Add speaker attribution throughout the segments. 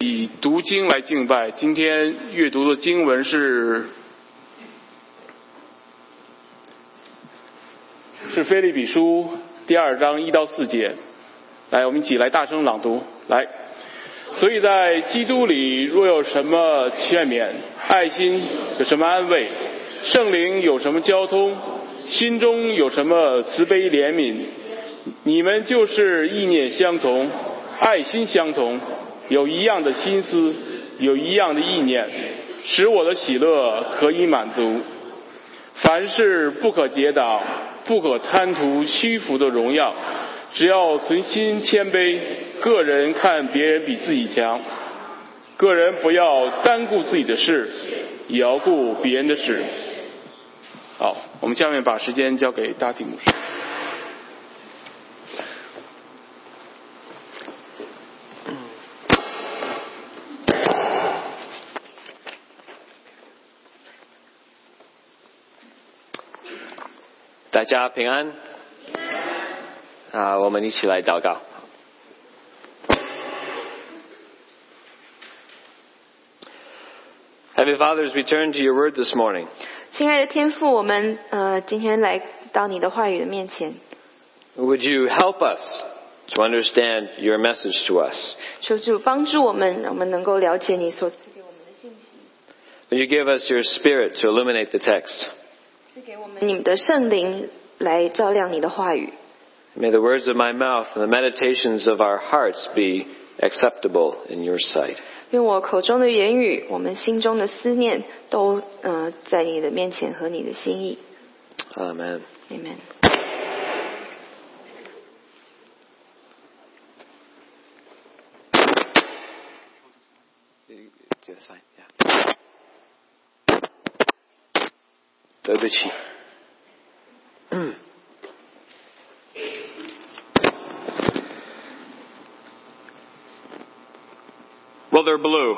Speaker 1: 以读经来敬拜。今天阅读的经文是是《菲利比书》第二章一到四节。来，我们一起来大声朗读。来，所以在基督里，若有什么劝勉、爱心，有什么安慰，圣灵有什么交通，心中有什么慈悲怜悯，你们就是意念相同，爱心相同，有一样的心思，有一样的意念，使我的喜乐可以满足。凡事不可结党，不可贪图虚浮的荣耀，只要存心谦卑，个人看别人比自己强。个人不要单顾自己的事，也要顾别人的事。好，我们下面把时间交给大体牧师。
Speaker 2: 大家平安。啊，我们一起来祷告。Heavenly Father, as we turn to your word this morning,
Speaker 3: 亲爱的天父，我们呃今天来到你的话语的面前，
Speaker 2: would you help us to understand your message to us?
Speaker 3: 求主帮助我们，让我们能够了解你所赐给我们的信息，
Speaker 2: Would you give us your spirit to illuminate the text?
Speaker 3: 赐给我们你们的圣灵来照亮你的话语。
Speaker 2: May the words of my mouth and the meditations of our hearts be acceptable in your sight.
Speaker 3: 愿我口中的言语，我们心中的思念，都呃在你的面前和你的心意。
Speaker 2: Amen.
Speaker 3: Amen。
Speaker 2: Do the sign, yeah. 对不起。well, they're blue.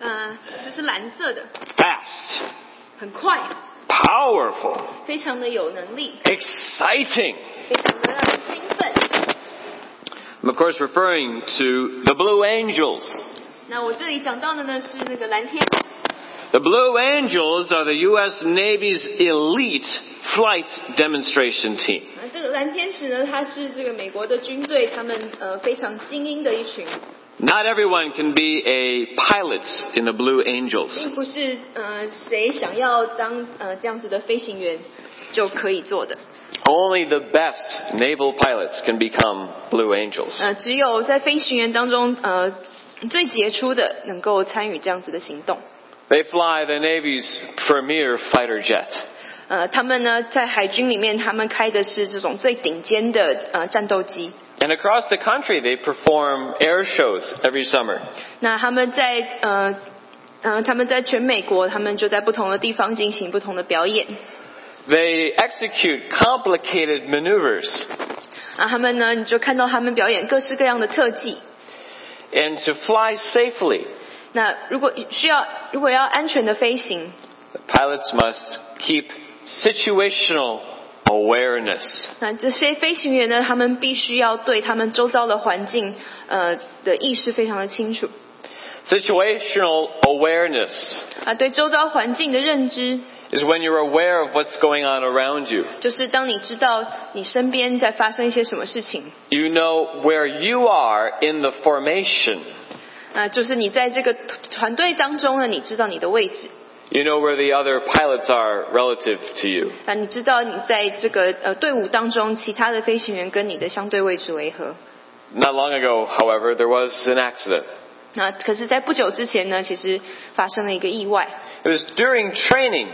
Speaker 3: 嗯、这是蓝色的，
Speaker 2: Fast,
Speaker 3: 很快，
Speaker 2: powerful,
Speaker 3: 非常的有能力，
Speaker 2: exciting.
Speaker 3: 非常的让人兴奋。
Speaker 2: I'm, of course, referring to the Blue Angels.
Speaker 3: 那我这里讲到的呢是那个蓝天
Speaker 2: The Blue Angels are the U.S. Navy's elite flight demonstration team.
Speaker 3: 啊，这个蓝天使呢，他是这个美国的军队，他们呃非常精英的一群，
Speaker 2: Not everyone can be a pilot in the Blue Angels.
Speaker 3: 并不是呃谁想要当呃这样子的飞行员就可以做的。
Speaker 2: Only the best naval pilots can become Blue Angels.
Speaker 3: 呃，只有在飞行员当中呃最杰出的能够参与这样子的行动。
Speaker 2: They fly the Navy's premier fighter jet.
Speaker 3: 呃，他们呢在海军里面，他们开的是这种最顶尖的呃战斗机。
Speaker 2: And across the country, they perform air shows every summer.
Speaker 3: 那他们在呃呃他们在全美国，他们就在不同的地方进行不同的表演。
Speaker 2: They execute complicated maneuvers.
Speaker 3: 啊，他们呢，你就看到他们表演各式各样的特技。
Speaker 2: And to fly safely,
Speaker 3: 那如果需要，如果要安全的飞行，
Speaker 2: the pilots must keep situational awareness.
Speaker 3: 那这些飞行员呢，他们必须要对他们周遭的环境，呃的意识非常的清楚，
Speaker 2: Situational awareness
Speaker 3: 啊，对周遭环境的认知，
Speaker 2: is when you're aware of what's going on around you.
Speaker 3: 就是当你知道你身边在发生一些什么事情，
Speaker 2: You know where you are in the formation.
Speaker 3: 啊，就是你在这个团队当中呢，你知道你的位置，
Speaker 2: You know where the other pilots are relative to you.
Speaker 3: 啊，你知道你在这个呃队伍当中其他的飞行员跟你的相对位置为何。
Speaker 2: Not long ago, however, there was an accident.
Speaker 3: 那可是，在不久之前呢，其实发生了一个意外，
Speaker 2: It was during training.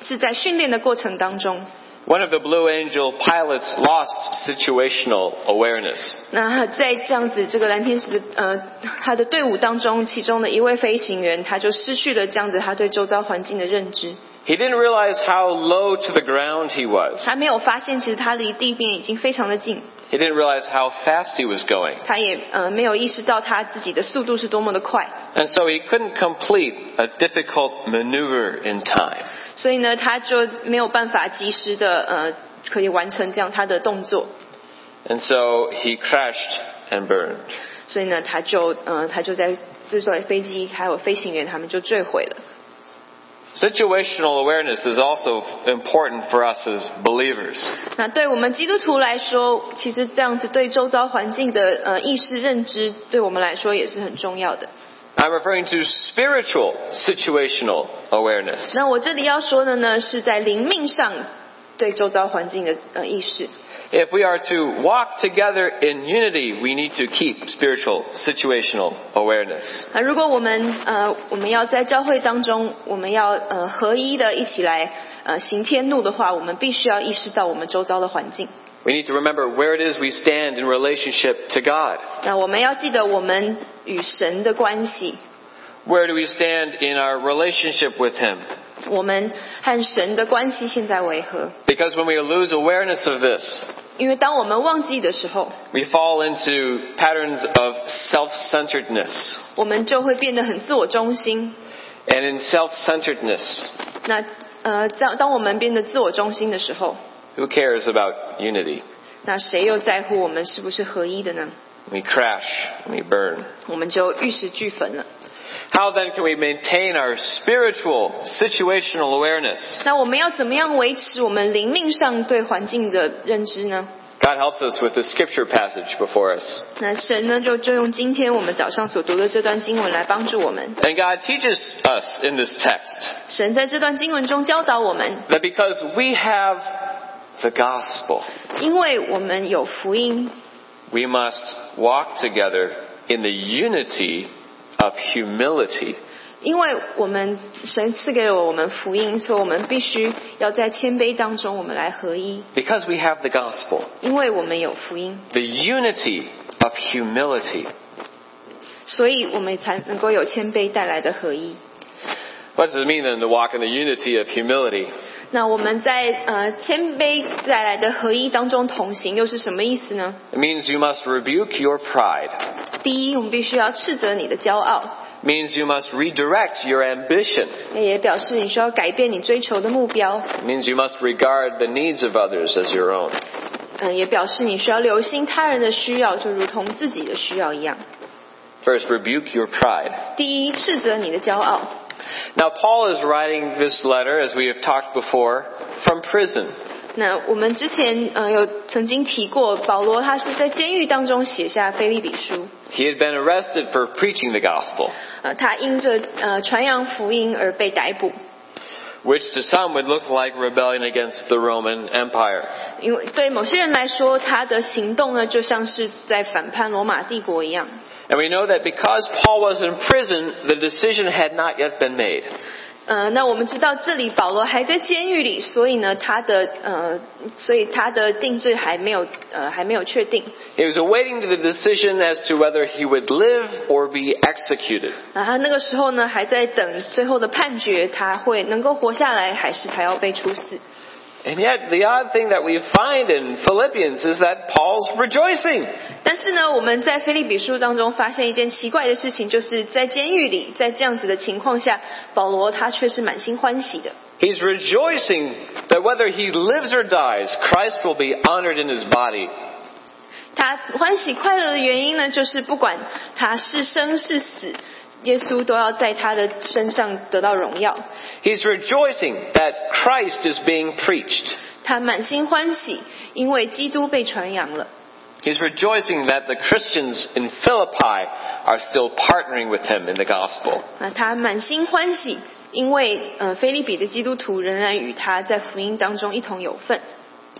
Speaker 3: 是在训练的过程当中，
Speaker 2: One of the Blue Angel pilots lost situational awareness.
Speaker 3: 那在这样子这个蓝天使的呃他的队伍当中，其中的一位飞行员他就失去了这样子他对周遭环境的认知，
Speaker 2: He didn't realize how low to the ground he was.
Speaker 3: 他没有发现其实他离地面已经非常的近，
Speaker 2: He didn't realize how fast he was going.
Speaker 3: 他也呃没有意识到他自己的速度是多么的快，
Speaker 2: And so he couldn't complete a difficult maneuver in time.
Speaker 3: 所以呢他就没有办法及时的呃可以完成这样他的动作，
Speaker 2: And so he crashed and burned.
Speaker 3: 所以呢，他就呃，他就在这所飞机还有飞行员他们就坠毁了。
Speaker 2: Situational awareness is also important for us as believers.
Speaker 3: 那对我们基督徒来说，其实这样子对周遭环境的呃意识认知，对我们来说也是很重要的。
Speaker 2: I'm referring to spiritual situational awareness.
Speaker 3: 那我这里要说的呢，是在灵命上对周遭环境的呃意识。
Speaker 2: If we are to walk together in unity, we need to keep spiritual situational awareness.
Speaker 3: 那如果我们呃我们要在教会当中，我们要呃合一的一起来呃行天路的话，我们必须要意识到我们周遭的环境。
Speaker 2: We need to remember where it is we stand in relationship to God.
Speaker 3: 那我们要记得我们与神的关系，
Speaker 2: Where do we stand in our relationship with Him?
Speaker 3: 我们和神的关系现在为何？
Speaker 2: Because when we lose awareness of this,
Speaker 3: 因为当我们忘记的时候，
Speaker 2: we fall into patterns of self-centeredness.
Speaker 3: 我们就会变得很自我中心。
Speaker 2: And in self-centeredness,
Speaker 3: 那呃，当当我们变得自我中心的时候，
Speaker 2: who cares about unity?
Speaker 3: 那谁又在乎我们是不是合一的呢？
Speaker 2: We crash, we burn.
Speaker 3: 我们就玉石俱焚了。
Speaker 2: How then can we maintain our spiritual situational awareness?
Speaker 3: 那我们要怎么样维持我们灵命上对环境的认知呢？
Speaker 2: God helps us with the scripture passage before us.
Speaker 3: 那神呢，就就用今天我们早上所读的这段经文来帮助我们。
Speaker 2: And God teaches us in this text
Speaker 3: 神在这段经文中教导我们，
Speaker 2: that because we have the gospel,
Speaker 3: 因为我们有福音，
Speaker 2: we must walk together in the unity of humility.
Speaker 3: 因为我们神赐给了我们福音，所以我们必须要在谦卑当中，我们来合一，
Speaker 2: Because we have the gospel,
Speaker 3: 因为我们有福音，
Speaker 2: the unity of humility.
Speaker 3: 所以我们才能够有谦卑带来的合一。
Speaker 2: What does it mean then to walk in the unity of humility?
Speaker 3: 那我们在呃谦卑带来的合一当中同行，又是什么意思呢？
Speaker 2: It means you must rebuke your pride.
Speaker 3: 第一，我们必须要斥责你的骄傲，
Speaker 2: It means you must redirect your ambition.
Speaker 3: 也表示你需要改变你追求的目标，嗯、
Speaker 2: It means you must regard the needs of others as your own.
Speaker 3: 呃也表示你需要留心他人的需要，就如同自己的需要一样。
Speaker 2: First, rebuke your pride.
Speaker 3: 第一，斥责你的骄傲。
Speaker 2: Now, Paul is writing this letter, as we have talked before, from prison.
Speaker 3: 那我们之前呃有曾经提过，保罗他是在监狱当中写下《菲利比书》，
Speaker 2: He had been arrested for preaching the gospel,
Speaker 3: 呃，他因着呃传扬福音而被逮捕，
Speaker 2: which to some would look like rebellion against the Roman Empire.
Speaker 3: 因为对某些人来说，他的行动呢就像是在反叛罗马帝国一样。
Speaker 2: And we know that because Paul was in prison, the decision had not yet been made.
Speaker 3: 呃，那我们知道这里保罗还在监狱里，所以呢，他的呃，所以他的定罪还没有呃还没有确定。
Speaker 2: He was awaiting the decision as to whether he would live or be executed.
Speaker 3: 那他那个时候呢，还在等最后的判决，他会能够活下来，还是他要被处死？
Speaker 2: And yet, the odd thing that we find in Philippians is that Paul's rejoicing.
Speaker 3: 但是呢，我们在菲利比书当中发现一件奇怪的事情，就是在监狱里，在这样子的情况下，保罗他却是满心欢喜的。
Speaker 2: He's rejoicing that whether he lives or dies, Christ will be honored in his body.
Speaker 3: 他欢喜快乐的原因呢，就是不管他是生是死，耶稣都要在他的身上得到荣耀。
Speaker 2: He's rejoicing that Christ is being preached.
Speaker 3: 他满心欢喜，因为基督被传扬了。
Speaker 2: He's rejoicing that the Christians in Philippi are still partnering with him in the gospel.
Speaker 3: 啊，他满心欢喜，因为呃，菲利比的基督徒仍然与他在福音当中一同有份。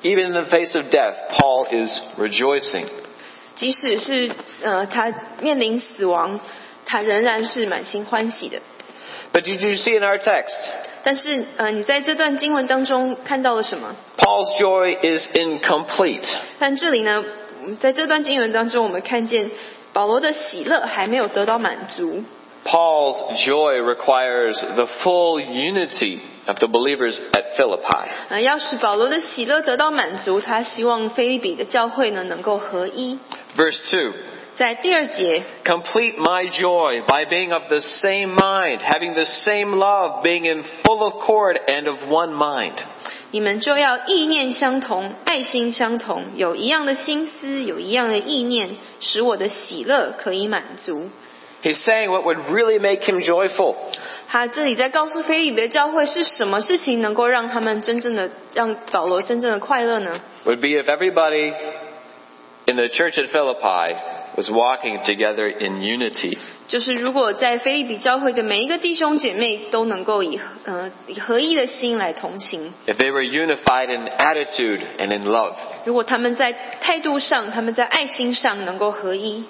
Speaker 2: Even in the face of death, Paul is rejoicing.
Speaker 3: 即使是呃，他面临死亡，他仍然是满心欢喜的。
Speaker 2: But did you see in our text?
Speaker 3: 但是呃，你在这段经文当中看到了什么？
Speaker 2: Paul's joy is incomplete.
Speaker 3: 但这里呢，嗯在这段经文当中，我们看见保罗的喜乐还没有得到满足。
Speaker 2: Paul's joy requires the full unity of the believers at Philippi.
Speaker 3: 呃，要使保罗的喜乐得到满足，他希望菲利比的教会呢能够合一。
Speaker 2: Verse 2
Speaker 3: 在第二节，
Speaker 2: Complete my joy by being of the same mind, having the same love, being in full accord and of one mind.
Speaker 3: 你们就要意念相同，爱心相同，有一样的心思，有一样的意念，使我的喜乐可以满足。
Speaker 2: He's saying what would really make him joyful.
Speaker 3: 他这里在告诉菲利比的教会是什么事情能够让他们真正的让保罗真正的快乐呢？
Speaker 2: would be if everybody in the church at Philippi was walking together in unity.
Speaker 3: 就是如果在菲利比教会的每一个弟兄姐妹都能够以呃以合一的心来同行，
Speaker 2: If they were unified in attitude and in love.
Speaker 3: 如果他们在态度上、他们在爱心上能够合一，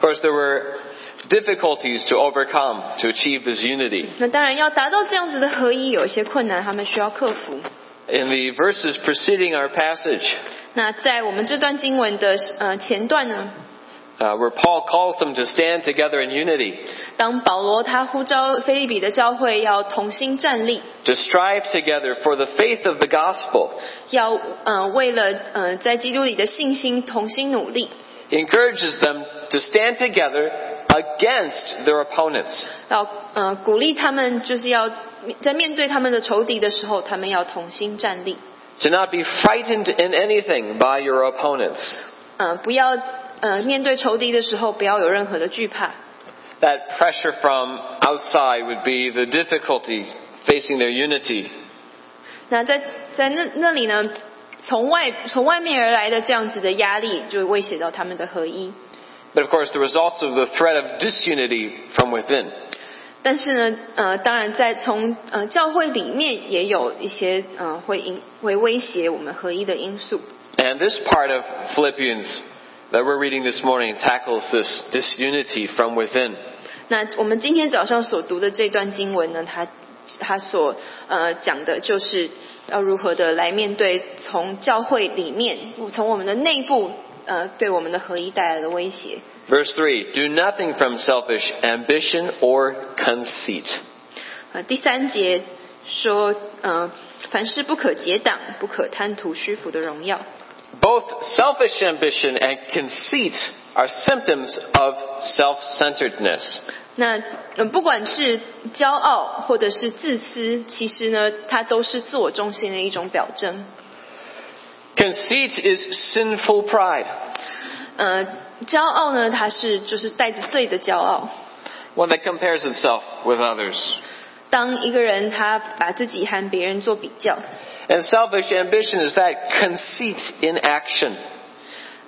Speaker 2: Of course, there were difficulties to overcome to achieve this unity.
Speaker 3: 那当然要达到这样子的合一，有一些困难，他们需要克服。
Speaker 2: In the verses preceding our passage,
Speaker 3: 那在我们这段经文的呃前段呢，
Speaker 2: uh, where Paul calls them to stand together in unity,
Speaker 3: 当保罗他呼召菲利比的教会要同心站立，
Speaker 2: to strive together for the faith of the gospel,
Speaker 3: 要呃为了呃在基督里的信心同心努力，
Speaker 2: he encourages them to stand together against their opponents.
Speaker 3: 要呃鼓励他们就是要在面对他们的仇敌的时候，他们要同心站立，
Speaker 2: To not be frightened in anything by your opponents.
Speaker 3: 呃不要呃面对仇敌的时候不要有任何的惧怕。
Speaker 2: That pressure from outside would be the difficulty facing their unity.
Speaker 3: 那在在那那里呢，从外从外面而来的这样子的压力，就威胁到他们的合一。
Speaker 2: But of course, there was also the threat of disunity from within.
Speaker 3: 但是呢，呃，当然在从呃教会里面也有一些呃会因会威胁我们合一的因素。
Speaker 2: And this part of Philippians that we're reading this morning tackles this disunity from within.
Speaker 3: 那我们今天早上所读的这段经文呢，它它所呃讲的就是要如何的来面对从教会里面，从我们的内部呃对我们的合一带来的威胁。
Speaker 2: Verse 3 Do nothing from selfish ambition or conceit.
Speaker 3: 呃，第三节说，呃，凡事不可结党，不可贪图虚浮的荣耀。
Speaker 2: Both selfish ambition and conceit are symptoms of self centeredness.
Speaker 3: 那呃，不管是骄傲或者是自私，其实呢，它都是自我中心的一种表征。
Speaker 2: Conceit is sinful pride,
Speaker 3: 呃，骄傲呢，它是就是带着罪的骄傲。
Speaker 2: one that compares itself with others.
Speaker 3: 当一个人他把自己和别人做比较，
Speaker 2: And selfish ambition is that conceit in action.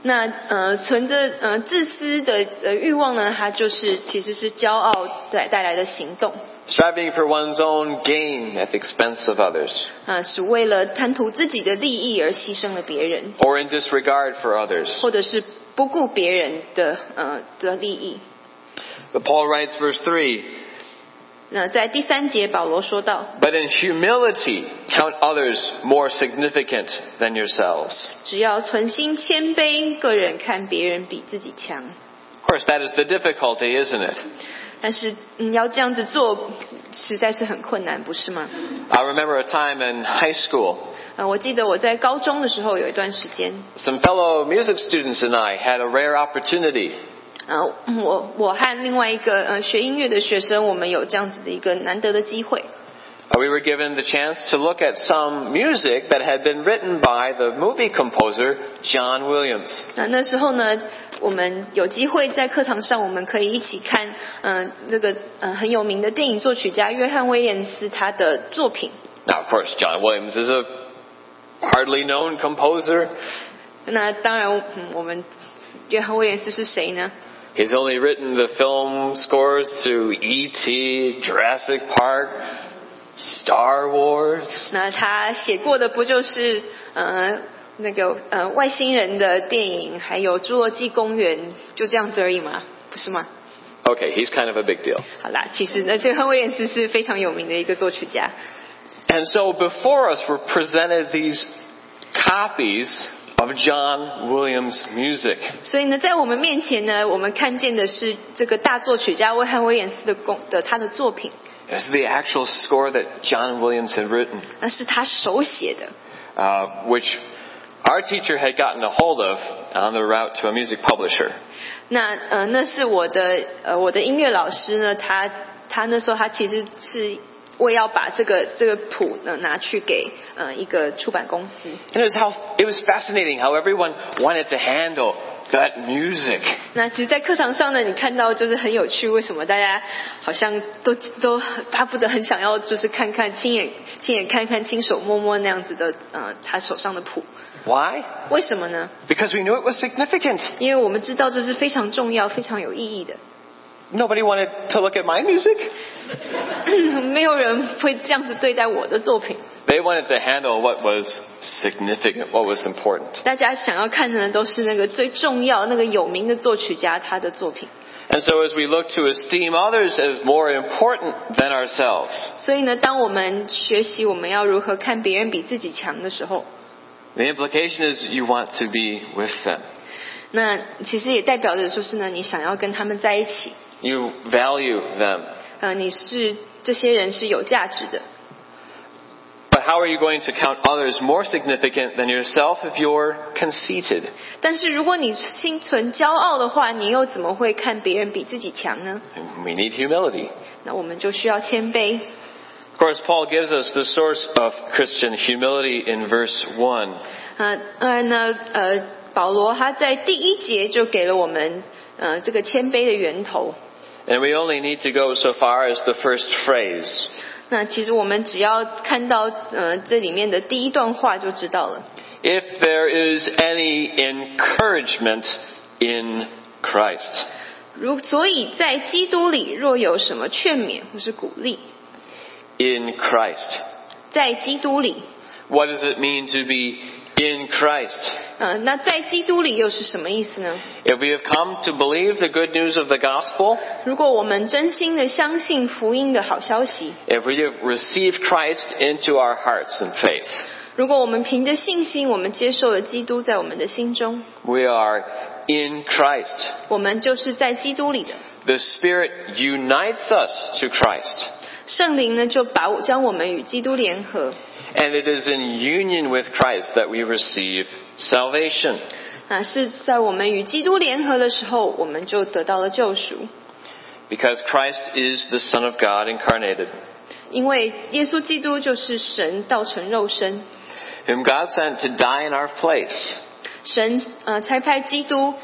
Speaker 3: 那呃，存着呃自私的呃欲望呢，它就是其实是骄傲带带来的行动。
Speaker 2: Striving for one's own gain at the expense of others,
Speaker 3: 啊，是为了贪图自己的利益而牺牲了别人，
Speaker 2: or in disregard for others.
Speaker 3: 或者是不顾别人的呃的利益。
Speaker 2: But Paul writes, verse 3
Speaker 3: 那在第三节，保罗说到，
Speaker 2: But in humility count others more significant than yourselves.
Speaker 3: 只要存心谦卑，个人看别人比自己强。
Speaker 2: Of course, that is the difficulty, isn't it?
Speaker 3: 但是你要这样子做，实在是很困难，不是吗？
Speaker 2: I remember a time in high school
Speaker 3: 啊，我记得我在高中的时候有一段时间，
Speaker 2: Some fellow music students and I had a rare opportunity
Speaker 3: 啊，我我和另外一个呃学音乐的学生，我们有这样子的一个难得的机会。
Speaker 2: Uh, We were given the chance to look at some music that had been written by the movie composer John Williams.
Speaker 3: 那那时候呢，我们有机会在课堂上，我们可以一起看，嗯、这个呃很有名的电影作曲家约翰威廉斯他的作品。
Speaker 2: Now, of course, John Williams is a hardly known composer.
Speaker 3: 那当然，嗯，我们约翰威廉斯是谁呢？
Speaker 2: He's only written the film scores to E.T., Jurassic Park, Star Wars.
Speaker 3: 那他写过的不就是呃那个呃外星人的电影，还有《侏罗纪公园》，就这样子而已嘛，不是吗？
Speaker 2: Okay, he's kind of a big deal.
Speaker 3: 好啦，其实呢，呃约翰威廉斯是非常有名的一个作曲家。
Speaker 2: And so before us were presented these copies of John Williams' music.
Speaker 3: 所以呢，在我们面前呢，我们看见的是这个大作曲家约翰威廉斯的工的他的作品，
Speaker 2: This is the actual score that John Williams had written,
Speaker 3: 那是他手写的。
Speaker 2: uh, which our teacher had gotten a hold of on the route to a music publisher.
Speaker 3: 那呃，那是我的呃我的音乐老师呢，他他那时候他其实是我也要把这个这个谱呢拿去给呃一个出版公司。
Speaker 2: And it was how it was fascinating how everyone wanted to handle that music.
Speaker 3: 那其实，在课堂上呢，你看到就是很有趣，为什么大家好像都都巴不得很想要，就是看看亲眼亲眼看看、亲手摸摸那样子的，呃，他手上的谱，
Speaker 2: Why?
Speaker 3: 为什么呢？
Speaker 2: Because we knew it was significant.
Speaker 3: 因为我们知道这是非常重要、非常有意义的，
Speaker 2: Nobody wanted to look at my music.
Speaker 3: 嗯没有人会这样子对待我的作品。
Speaker 2: They wanted to handle what was significant, what was important.
Speaker 3: 大家想要看的呢，都是那个最重要、那个有名的作曲家他的作品。
Speaker 2: And so as we look to esteem others as more important than ourselves,
Speaker 3: 所以呢，当我们学习我们要如何看别人比自己强的时候，
Speaker 2: the implication is you want to be with them.
Speaker 3: 那其实也代表着就是呢，你想要跟他们在一起，
Speaker 2: You value them.
Speaker 3: 呃，你是这些人是有价值的。
Speaker 2: But how are you going to count others more significant than yourself if you're conceited?
Speaker 3: 但是如果你心存骄傲的话，你又怎么会看别人比自己强呢？
Speaker 2: And We need humility.
Speaker 3: 那我们就需要谦卑。
Speaker 2: Of course, Paul gives us the source of Christian humility in verse 1.
Speaker 3: 呃，当然呢，呃，保罗他在第一节就给了我们呃这个谦卑的源头。
Speaker 2: And we only need to go so far as the first phrase.
Speaker 3: 那其实我们只要看到呃这里面的第一段话就知道了。
Speaker 2: If there is any encouragement in Christ.
Speaker 3: 如所以在基督里若有什么劝勉或是鼓励，
Speaker 2: In Christ.
Speaker 3: 在基督里，
Speaker 2: What does it mean to be in Christ?
Speaker 3: 呃，那在基督里又是什么意思呢？
Speaker 2: If we have come to believe the good news of the gospel,
Speaker 3: 如果我们真心的相信福音的好消息，
Speaker 2: if we have received Christ into our hearts in faith,
Speaker 3: 如果我们凭着信心，我们接受了基督在我们的心中，
Speaker 2: we are in Christ.
Speaker 3: 我们就是在基督里的。
Speaker 2: The Spirit unites us to Christ,
Speaker 3: 圣灵呢，就把我将我们与基督联合。
Speaker 2: and it is in union with Christ that we receive salvation.
Speaker 3: 啊，是在我们与基督联合的时候，我们就得到了救赎，
Speaker 2: Because Christ is the Son of God incarnated,
Speaker 3: 因为耶稣基督就是神道成肉身，
Speaker 2: whom God sent to die in our place.
Speaker 3: 神呃差派基督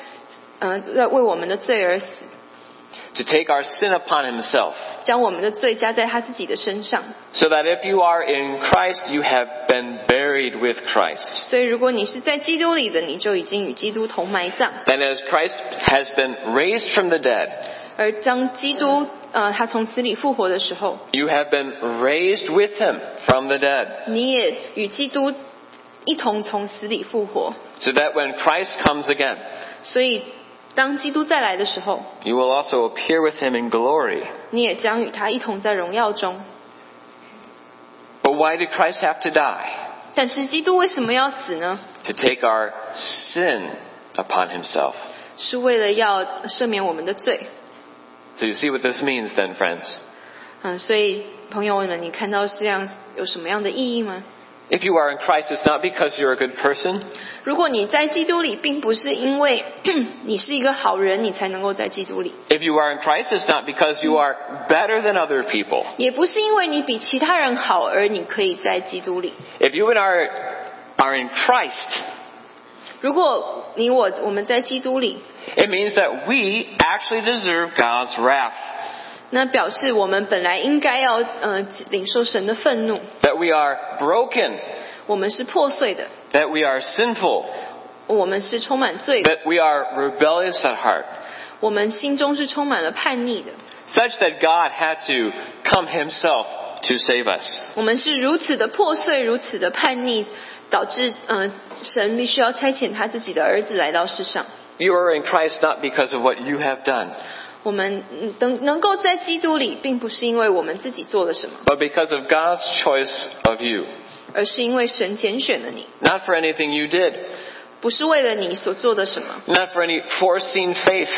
Speaker 3: 呃要为我们的罪而死，
Speaker 2: to take our sin upon himself.
Speaker 3: 将我们的罪加在他自己的身上。
Speaker 2: So that if you are in Christ, you have been buried with Christ.
Speaker 3: 所以，如果你是在基督里的，你就已经与基督同埋葬。
Speaker 2: Then as Christ has been raised from the dead,
Speaker 3: 而当基督呃他从死里复活的时候，
Speaker 2: you have been raised with him from the dead.
Speaker 3: 你也与基督一同从死里复活。
Speaker 2: So that when Christ comes again,
Speaker 3: 所以，当基督再来的时候，
Speaker 2: you will also appear with him in glory.
Speaker 3: 你也将与他一同在荣耀中。
Speaker 2: But why did Christ have to die?
Speaker 3: 但是，基督为什么要死呢？
Speaker 2: To take our sin upon himself.
Speaker 3: 是为了要赦免我们的罪。
Speaker 2: So you see what this means then, friends.
Speaker 3: 嗯，所以朋友们，你看到这样有什么样的意义吗？
Speaker 2: If you are in Christ, it's not because you're a good person.
Speaker 3: 如果你在基督里，并不是因为 你是一个好人，你才能够在基督里，
Speaker 2: If you are in Christ, it's not because you are better than other people.
Speaker 3: 也不是因为你比其他人好而你可以在基督里。
Speaker 2: If you and I are in Christ,
Speaker 3: 如果你我我们在基督里，
Speaker 2: it means that we actually deserve God's wrath,
Speaker 3: 那表示我们本来应该要呃领受神的愤怒，
Speaker 2: that we are broken,
Speaker 3: 我们是破碎的，
Speaker 2: that we are sinful,
Speaker 3: 我们是充满罪的，
Speaker 2: that we are rebellious at heart,
Speaker 3: 我们心中是充满了叛逆的，
Speaker 2: such that God had to come Himself to save us.
Speaker 3: 我们是如此的破碎，如此的叛逆，导致呃神必须要差遣他自己的儿子来到世上。
Speaker 2: You are in Christ not because of what you have done,
Speaker 3: 我们嗯能能够在基督里，并不是因为我们自己做了什么，
Speaker 2: but because of God's choice of you.
Speaker 3: 而是因为神拣选了你，
Speaker 2: Not for anything you did,
Speaker 3: 不是为了你所做的什么，
Speaker 2: not for any foreseen faith,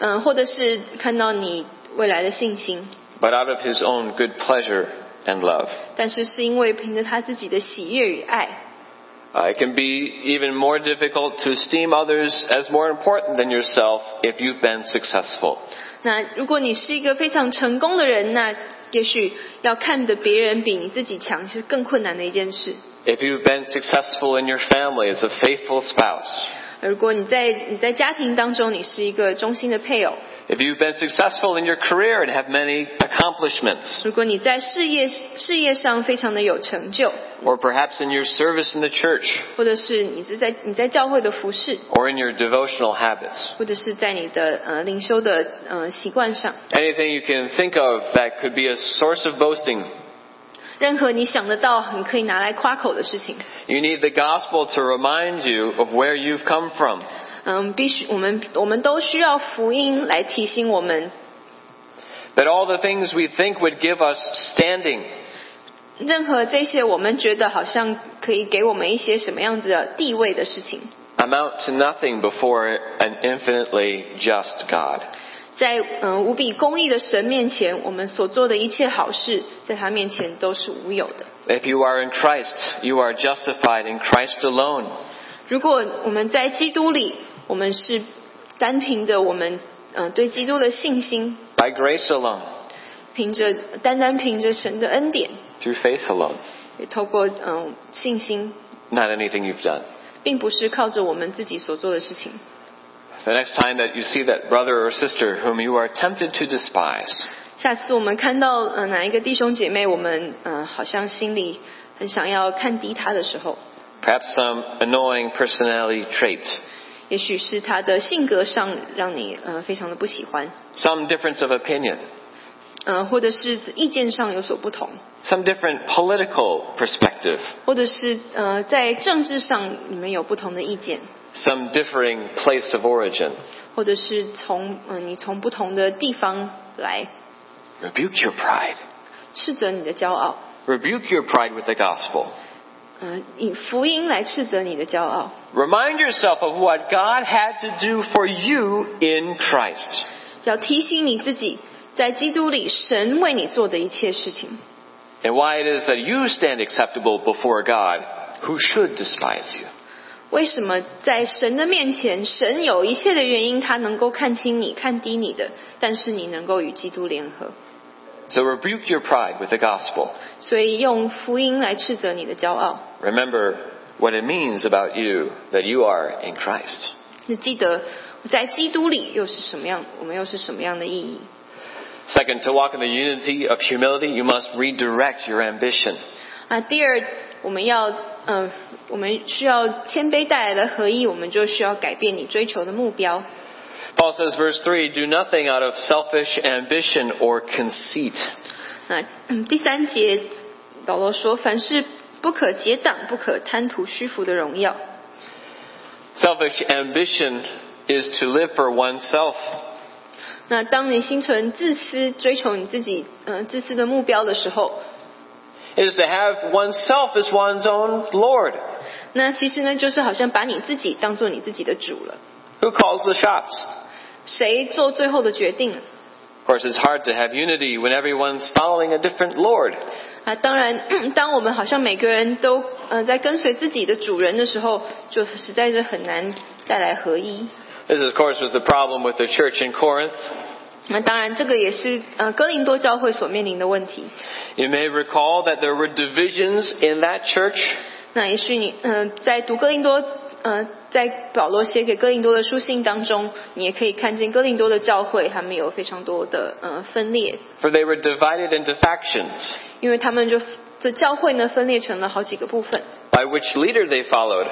Speaker 3: 嗯、或者是看到你未来的信心，
Speaker 2: but out of His own good pleasure and love.
Speaker 3: 但是是因为凭着他自己的喜悦与爱，
Speaker 2: Uh, it can be even more difficult to esteem others as more important than yourself if you've been successful.
Speaker 3: 那如果你是一个非常成功的人，那也许要看的别人比你自己强是更困难的一件事。
Speaker 2: If you've been successful in your family as a faithful spouse,
Speaker 3: 如果你在你在家庭当中，你是一个忠心的配偶；
Speaker 2: if you've been successful in your career and have many accomplishments,
Speaker 3: 如果你在事业事业上非常的有成就，
Speaker 2: or perhaps in your service in the church,
Speaker 3: 或者是你是在你在教会的服饰，
Speaker 2: or in your devotional habits.
Speaker 3: 或者是在你的呃灵修的呃习惯上，
Speaker 2: Anything you can think of that could be a source of boasting.
Speaker 3: 任何你想得到你可以拿来夸口的事情，
Speaker 2: You need the gospel to remind you of where you've come from.
Speaker 3: 嗯，必须我们我们都需要福音来提醒我们，
Speaker 2: That all the things we think would give us standing,
Speaker 3: 任何这些我们觉得好像可以给我们一些什么样子的地位的事情，
Speaker 2: amount to nothing before an infinitely just God.
Speaker 3: 在嗯无比公义的神面前，我们所做的一切好事，在他面前都是无有的。
Speaker 2: If you are in Christ, you are justified in Christ alone.
Speaker 3: 如果我们在基督里，我们是单凭着我们嗯、呃对基督的信心，
Speaker 2: By grace alone,
Speaker 3: 凭着单单凭着神的恩典，
Speaker 2: through faith alone,
Speaker 3: 也透过嗯、呃信心，
Speaker 2: not anything you've done.
Speaker 3: 并不是靠着我们自己所做的事情。
Speaker 2: The next time that you see that brother or sister whom you are tempted to despise,
Speaker 3: 下次我们看到呃哪一个弟兄姐妹，我们呃好像心里很想要看低他的时候，
Speaker 2: perhaps some annoying personality trait,
Speaker 3: 也许是他的性格上让你呃非常的不喜欢，
Speaker 2: some difference of opinion,
Speaker 3: 呃或者是意见上有所不同，
Speaker 2: some different political perspective,
Speaker 3: 或者是呃在政治上你们有不同的意见，
Speaker 2: some differing place of origin,
Speaker 3: 或者是从呃你从不同的地方来
Speaker 2: rebuke your pride.
Speaker 3: 斥责你的骄傲，
Speaker 2: Rebuke your pride with the gospel.
Speaker 3: 呃以福音来斥责你的骄傲，
Speaker 2: Remind yourself of what God had to do for you in Christ.
Speaker 3: 要提醒你自己在基督里神为你做的一切事情。
Speaker 2: and why it is that you stand acceptable before God, who should despise you.
Speaker 3: 为什么在神的面前，神有一切的原因，他能够看清你、看低你的，但是你能够与基督联合，
Speaker 2: So rebuke your pride with the gospel.
Speaker 3: 所以用福音来斥责你的骄傲。
Speaker 2: Remember what it means about you that you are in Christ.
Speaker 3: 你记得在基督里又是什么样，我们又是什么样的意义？
Speaker 2: Second, to walk in the unity of humility, you must redirect your ambition.
Speaker 3: 啊，第二，我们要，嗯、我们需要谦卑带来的合一，我们就需要改变你追求的目标。
Speaker 2: Paul says, verse 3, do nothing out of selfish ambition or conceit.
Speaker 3: 那、嗯第三节，保罗说：“凡事不可结党，不可贪图虚浮的荣耀。”
Speaker 2: Selfish ambition is to live for oneself.
Speaker 3: 那当你心存自私，追求你自己嗯、呃自私的目标的时候，
Speaker 2: It is to have oneself as one's own Lord.
Speaker 3: 那其实呢，就是好像把你自己当做你自己的主了。
Speaker 2: Who calls the shots?
Speaker 3: 谁做最后的决定
Speaker 2: Of course, it's hard to have unity when everyone's following a different Lord.
Speaker 3: 啊？当然，当我们好像每个人都呃在跟随自己的主人的时候，就实在是很难带来合一。
Speaker 2: This, of course, was the problem with the church in Corinth.
Speaker 3: 那当然，这个也是呃哥林多教会所面临的问题。
Speaker 2: You may recall that there were divisions in that church.
Speaker 3: 那也许你嗯、呃在读哥林多呃，在保罗写给哥林多的书信当中，你也可以看见哥林多的教会，他们有非常多的呃分裂，
Speaker 2: For they were divided into factions,
Speaker 3: 因为他们就这教会呢分裂成了好几个部分，
Speaker 2: by which leader they followed.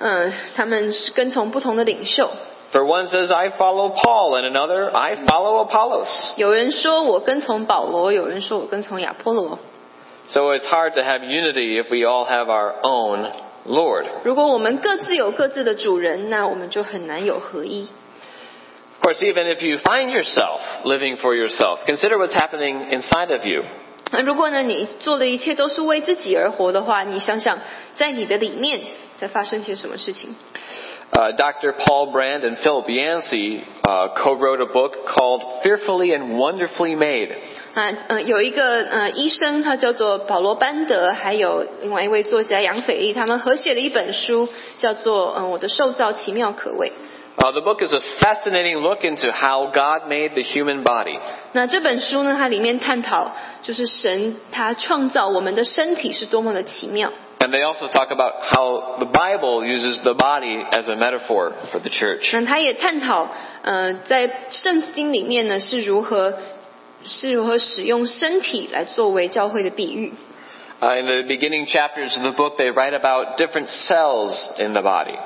Speaker 3: 嗯、他们是跟从不同的领袖，
Speaker 2: For one says, I follow Paul, and another, I follow Apollos.
Speaker 3: 有人说我跟从保罗，有人说我跟从亚波罗。
Speaker 2: So it's hard to have unity if we all have our own Lord.
Speaker 3: 如果我们各自有各自的主人，那我们就很难有合一。
Speaker 2: Of course, even if you find yourself living for yourself, consider what's happening inside of you.
Speaker 3: 那如果呢，你做的一切都是为自己而活的话，你想想，在你的里面在发生些什么事情？
Speaker 2: Uh, Dr. Paul Brand and Philip Yancey uh, co-wrote a book called "Fearfully and Wonderfully Made,"
Speaker 3: 啊，呃，有一个呃医生，他叫做保罗·班德，还有另外一位作家杨斐利，他们合写了一本书，叫做《嗯、呃我的受造奇妙可畏》。
Speaker 2: Uh, the book is a fascinating look into how God made the human body.
Speaker 3: 那这本书呢，它里面探讨就是神他创造我们的身体是多么的奇妙。
Speaker 2: And they also talk about how the Bible uses the body as a metaphor for the church.
Speaker 3: 那他也探讨，呃，在圣经里面呢是如何是如何使用身体来作为教会的比喻。
Speaker 2: Uh, in the beginning chapters of the book, they write about different cells in the body.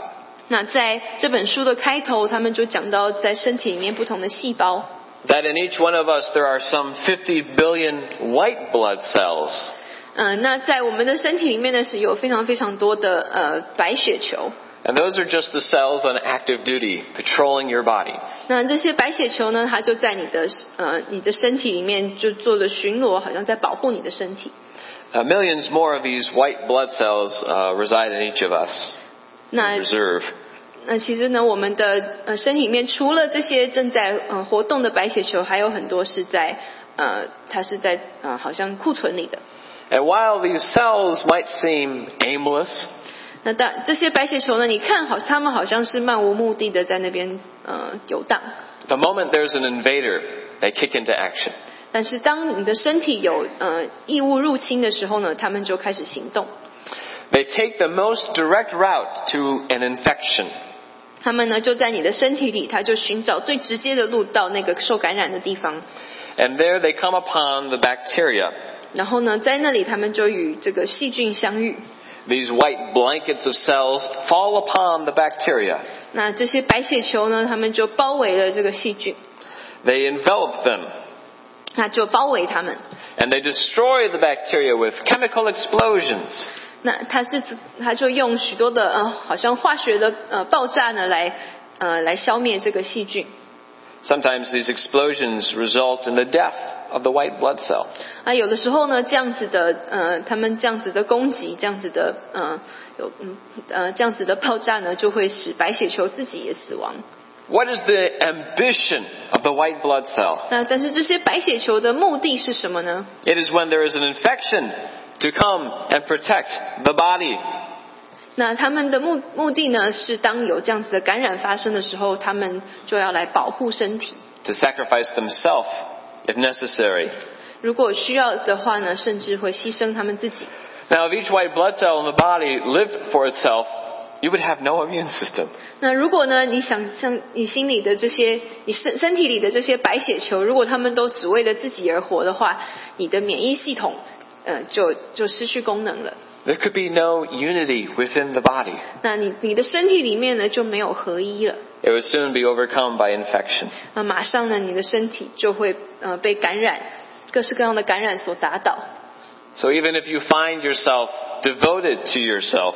Speaker 3: 那在这本书的开头，他们就讲到在身体里面不同的细胞。
Speaker 2: That in each one of us, there are some 50 billion white blood cells.
Speaker 3: 嗯、那在我们的身体里面呢，是有非常非常多的呃白血球。
Speaker 2: And those are just the cells on active duty, patrolling your body.
Speaker 3: 那这些白血球呢，它就在你的呃你的身体里面就做着巡逻，好像在保护你的身体。
Speaker 2: Uh, millions more of these white blood cells uh, reside in each of us.
Speaker 3: 那
Speaker 2: Reserve.
Speaker 3: 那其实呢，我们的呃身体里面除了这些正在呃活动的白血球，还有很多是在呃它是在呃好像库存里的。
Speaker 2: And while these cells might seem aimless,
Speaker 3: 那当这些白血球呢，你看好它们好像是漫无目的的在那边呃游荡，
Speaker 2: the moment there's an invader, they kick into action.
Speaker 3: 但是当你的身体有呃异物入侵的时候呢，它们就开始行动。
Speaker 2: They take the most direct route to an infection.
Speaker 3: 它们呢就在你的身体里，它就寻找最直接的路到那个受感染的地方，
Speaker 2: And there they come upon the bacteria,
Speaker 3: 然后呢在那里它们就与这个细菌相遇。
Speaker 2: These white blankets of cells fall upon the bacteria.
Speaker 3: 那这些白血球呢，它们就包围了这个细菌，
Speaker 2: They envelop them,
Speaker 3: 那就包围它们。
Speaker 2: and they destroy the bacteria with chemical explosions.
Speaker 3: 那它是它就用许多的呃，好像化学的呃爆炸呢来呃来消灭这个细菌。
Speaker 2: Sometimes these explosions result in the death of the white blood cell.
Speaker 3: 啊，有的时候呢，这样子的呃，他们这样子的攻击，这样子的呃有嗯呃这样子的爆炸呢，就会使白血球自己也死亡。
Speaker 2: What is the ambition of the white blood cell?
Speaker 3: 那但是这些白血球的目的是什么呢？
Speaker 2: It is when there is an infection to come and protect the body.
Speaker 3: 那他们的目目的呢，是当有这样子的感染发生的时候，他们就要来保护身体。
Speaker 2: to sacrifice themselves if necessary.
Speaker 3: 如果需要的话呢，甚至会牺牲他们自己。
Speaker 2: Now, if each white blood cell in the body lived for itself, you would have no immune system.
Speaker 3: 那如果呢，你想象你心里的这些，你身身体里的这些白血球，如果他们都只为了自己而活的话，你的免疫系统，呃，就就失去功能了。
Speaker 2: There could be no unity within the body.
Speaker 3: 那你你的身体里面呢就没有合一了，
Speaker 2: It would soon be overcome by infection.
Speaker 3: 那马上呢你的身体就会呃被感染，各式各样的感染所打倒。
Speaker 2: So even if you find yourself devoted to yourself,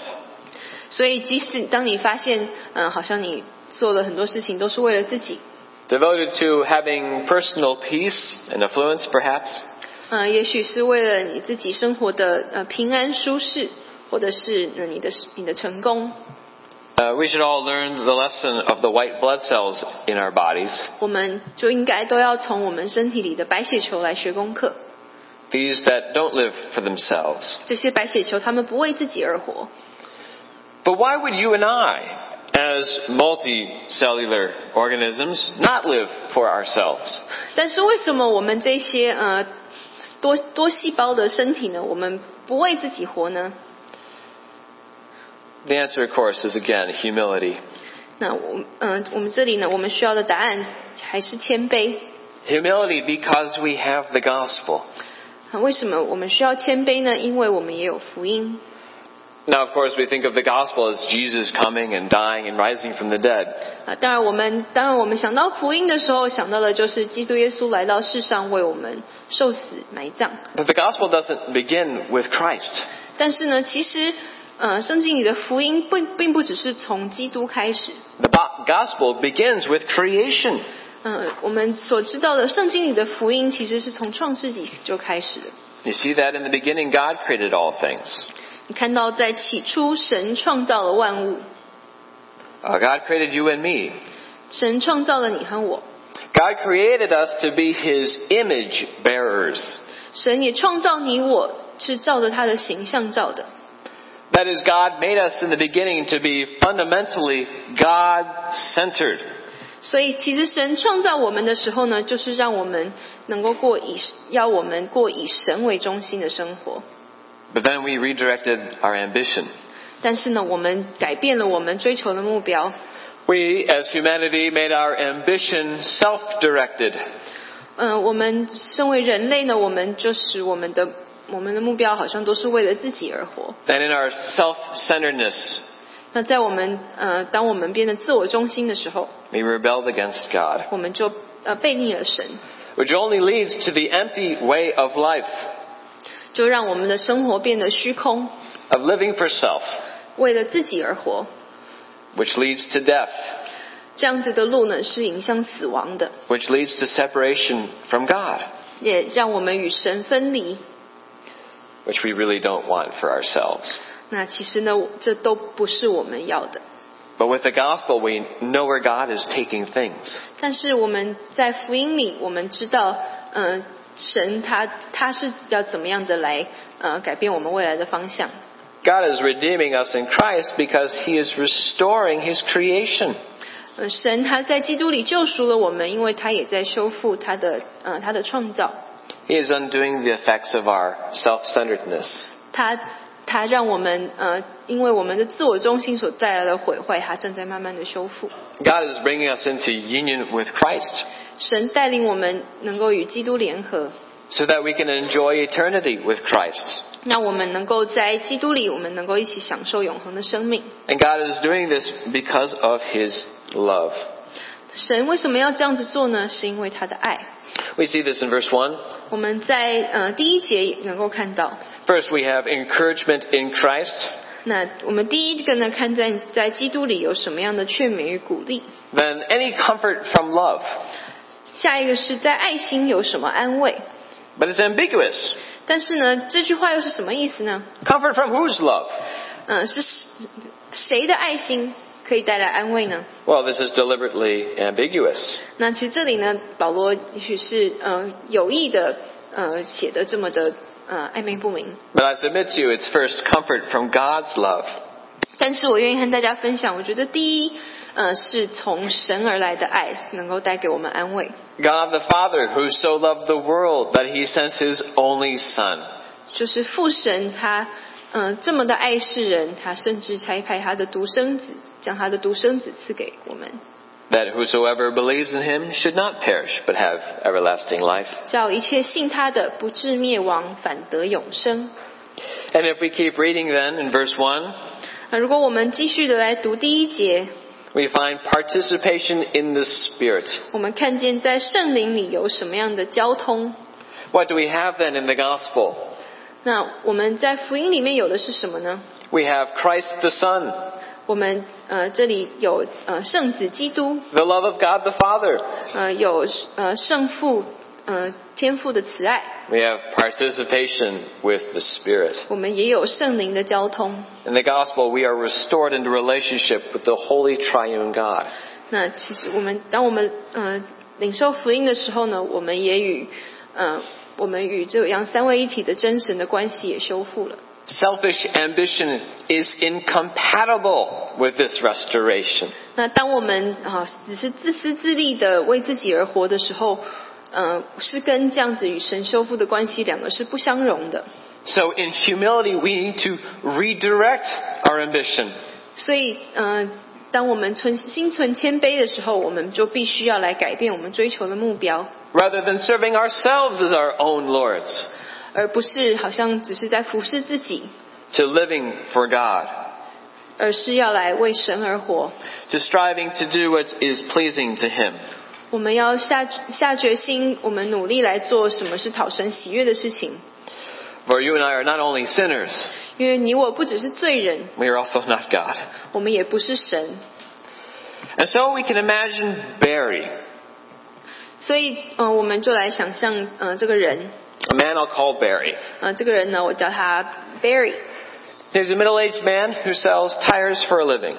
Speaker 3: 所以即使当你发现，嗯、好像你做了很多事情都是为了自己，
Speaker 2: devoted to having personal peace and affluence perhaps,
Speaker 3: 嗯、也许是为了你自己生活的呃平安舒适，或者是、呃、你的你的成功，
Speaker 2: uh, we should all learn the lesson of the white blood cells in our bodies.
Speaker 3: 我们就应该都要从我们身体里的白血球来学功课。
Speaker 2: These that don't live for themselves.
Speaker 3: 这些白血球，它们不为自己而活。
Speaker 2: But why would you and I, as multicellular organisms, not live for ourselves?
Speaker 3: 但是为什么我们这些呃多多细胞的身体呢，我们不为自己活呢？
Speaker 2: The answer, of course, is again humility.
Speaker 3: 那我嗯、我们这里呢，我们需要的答案还是谦卑。
Speaker 2: Humility because we have the gospel.
Speaker 3: 啊为什么我们需要谦卑呢？因为我们也有福音。
Speaker 2: Now, of course, we think of the gospel as Jesus coming and dying and rising from the dead.
Speaker 3: 啊，当然我们当然我们想到福音的时候，想到的就是基督耶稣来到世上为我们受死埋葬。
Speaker 2: But the gospel doesn't begin with Christ.
Speaker 3: 但是呢，其实呃，圣经里的福音并并不只是从基督开始。
Speaker 2: The bo- gospel begins with creation.
Speaker 3: 嗯、我们所知道的圣经里的福音，其实是从创世纪就开始的。
Speaker 2: You see that in the beginning, God created all things.
Speaker 3: 你看到，在起初，神创造了万物，
Speaker 2: Uh, God created you and me.
Speaker 3: 神创造了你和我，
Speaker 2: God created us to be His image bearers.
Speaker 3: 神也创造你我，是照着他的形象造的。
Speaker 2: That is, God made us in the beginning to be fundamentally God centered.
Speaker 3: 所以，其实神创造我们的时候呢，就是让我们能够过以要我们过以神为中心的生活。
Speaker 2: But then we redirected our ambition.
Speaker 3: 但是呢，我们改变了我们追求的目标。
Speaker 2: We, as humanity, made our ambition self directed.
Speaker 3: 嗯、我们身为人类呢，我们就使我们的我们的目标好像都是为了自己而活。
Speaker 2: And in our self centeredness,
Speaker 3: 那在我们呃，当我们变得自我中心的时候，
Speaker 2: we rebelled against God,
Speaker 3: 我们就呃背逆了神，
Speaker 2: which only leads to the empty way of life,
Speaker 3: 就让我们的生活变得虚空，
Speaker 2: of living for self,
Speaker 3: 为了自己而活。
Speaker 2: which leads to death,
Speaker 3: 这样子的路呢，是引向死亡的，
Speaker 2: which leads to separation from God,
Speaker 3: 也让我们与神分离。
Speaker 2: which we really don't want for ourselves.
Speaker 3: 那其实呢，这都不是我们要的。
Speaker 2: But with the gospel, we know where God is taking things.
Speaker 3: 但是我们在福音里，我们知道，嗯、神他他是要怎么样的来呃改变我们未来的方向。
Speaker 2: God is redeeming us in Christ because He is restoring His creation.
Speaker 3: 呃，神他在基督里救赎了我们，因为他也在修复他的呃他的创造，
Speaker 2: He is undoing the effects of our self-centeredness.
Speaker 3: 他他让我们呃因为我们的自我中心所带来的毁坏，他正在慢慢的修复。
Speaker 2: God is bringing us into union with Christ
Speaker 3: 神带领我们能够与基督联合，
Speaker 2: so that we can enjoy eternity with Christ.
Speaker 3: 那我们能够在基督里，我们能够一起享受永恒的生命。
Speaker 2: And God is doing this because of His love.
Speaker 3: 神为什么要这样子做呢？是因为他的爱。
Speaker 2: We see this in verse 1.
Speaker 3: 我们在呃第一节也能够看到，
Speaker 2: First, we have encouragement in Christ.
Speaker 3: 那我们第一个呢，看在在基督里有什么样的劝勉与鼓励。
Speaker 2: Then, any comfort from love.
Speaker 3: 下一个是在爱心有什么安慰，
Speaker 2: But it's ambiguous.
Speaker 3: 但是呢，这句话又是什么意思呢？
Speaker 2: Comfort from whose love?
Speaker 3: 嗯、是谁谁的爱心可以带来安慰呢？
Speaker 2: Well, this is deliberately ambiguous.
Speaker 3: 那其实这里呢，保罗也许是呃有意的呃写的这么的呃暧昧不明，
Speaker 2: But I submit to you, it's first comfort from God's love.
Speaker 3: 但是我愿意和大家分享，我觉得第一，呃，是从神而来的爱能够带给我们安慰，
Speaker 2: God the Father, who so loved the world that he sent his only Son.
Speaker 3: 就是父神他，嗯、这么的爱世人，他甚至差派他的独生子，将他的独生子赐给我们，
Speaker 2: That whosoever believes in him should not perish, but have everlasting life.
Speaker 3: 叫一切信他的不至灭亡，反得永生。
Speaker 2: And if we keep reading then in verse 1,
Speaker 3: 那呃如果我们继续的来读第一节，
Speaker 2: we find participation in the Spirit.
Speaker 3: 我们看见在圣灵里有什么样的交通。
Speaker 2: What do we have then in the Gospel?
Speaker 3: 那我们在福音里面有的是什么呢？
Speaker 2: We have Christ the Son,
Speaker 3: 我们呃这里有呃圣子基督，
Speaker 2: the love of God the Father.
Speaker 3: 呃有呃圣父呃天父的慈爱，
Speaker 2: We have participation with the Spirit.
Speaker 3: 我们也有圣灵的交通。
Speaker 2: In the gospel, we are restored into relationship with the holy triune God.
Speaker 3: 那其实我们当我们呃领受福音的时候呢，我们也与呃我们与这样三位一体的真神的关系也修复了。
Speaker 2: Selfish ambition is incompatible with this restoration.
Speaker 3: 那当我们啊、只是自私自利的为自己而活的时候，呃是跟这样子与神修复的关系两个是不相容的。
Speaker 2: So in humility, we need to redirect our ambition.
Speaker 3: 所以，呃，当我们存心存谦卑的时候，我们就必须要来改变我们追求的目标，
Speaker 2: Rather than serving ourselves as our own lords,
Speaker 3: 而不是好像只是在服侍自己，
Speaker 2: to living for God,
Speaker 3: 而是要来为神而活。
Speaker 2: to striving to do what is pleasing to Him.
Speaker 3: 我们要下下决心，我们努力来做什么是讨神喜悦的事情，
Speaker 2: For you and I are not only sinners,
Speaker 3: 因为你我不只是罪人，
Speaker 2: we are also not God.
Speaker 3: 我们也不是神。
Speaker 2: And so we can imagine Barry, a
Speaker 3: 所以，呃，我们就来想象，呃，这个人，
Speaker 2: man I'll call Barry.
Speaker 3: 呃，这个人呢，我叫他 Barry。
Speaker 2: He's a middle-aged man who sells tires for a living.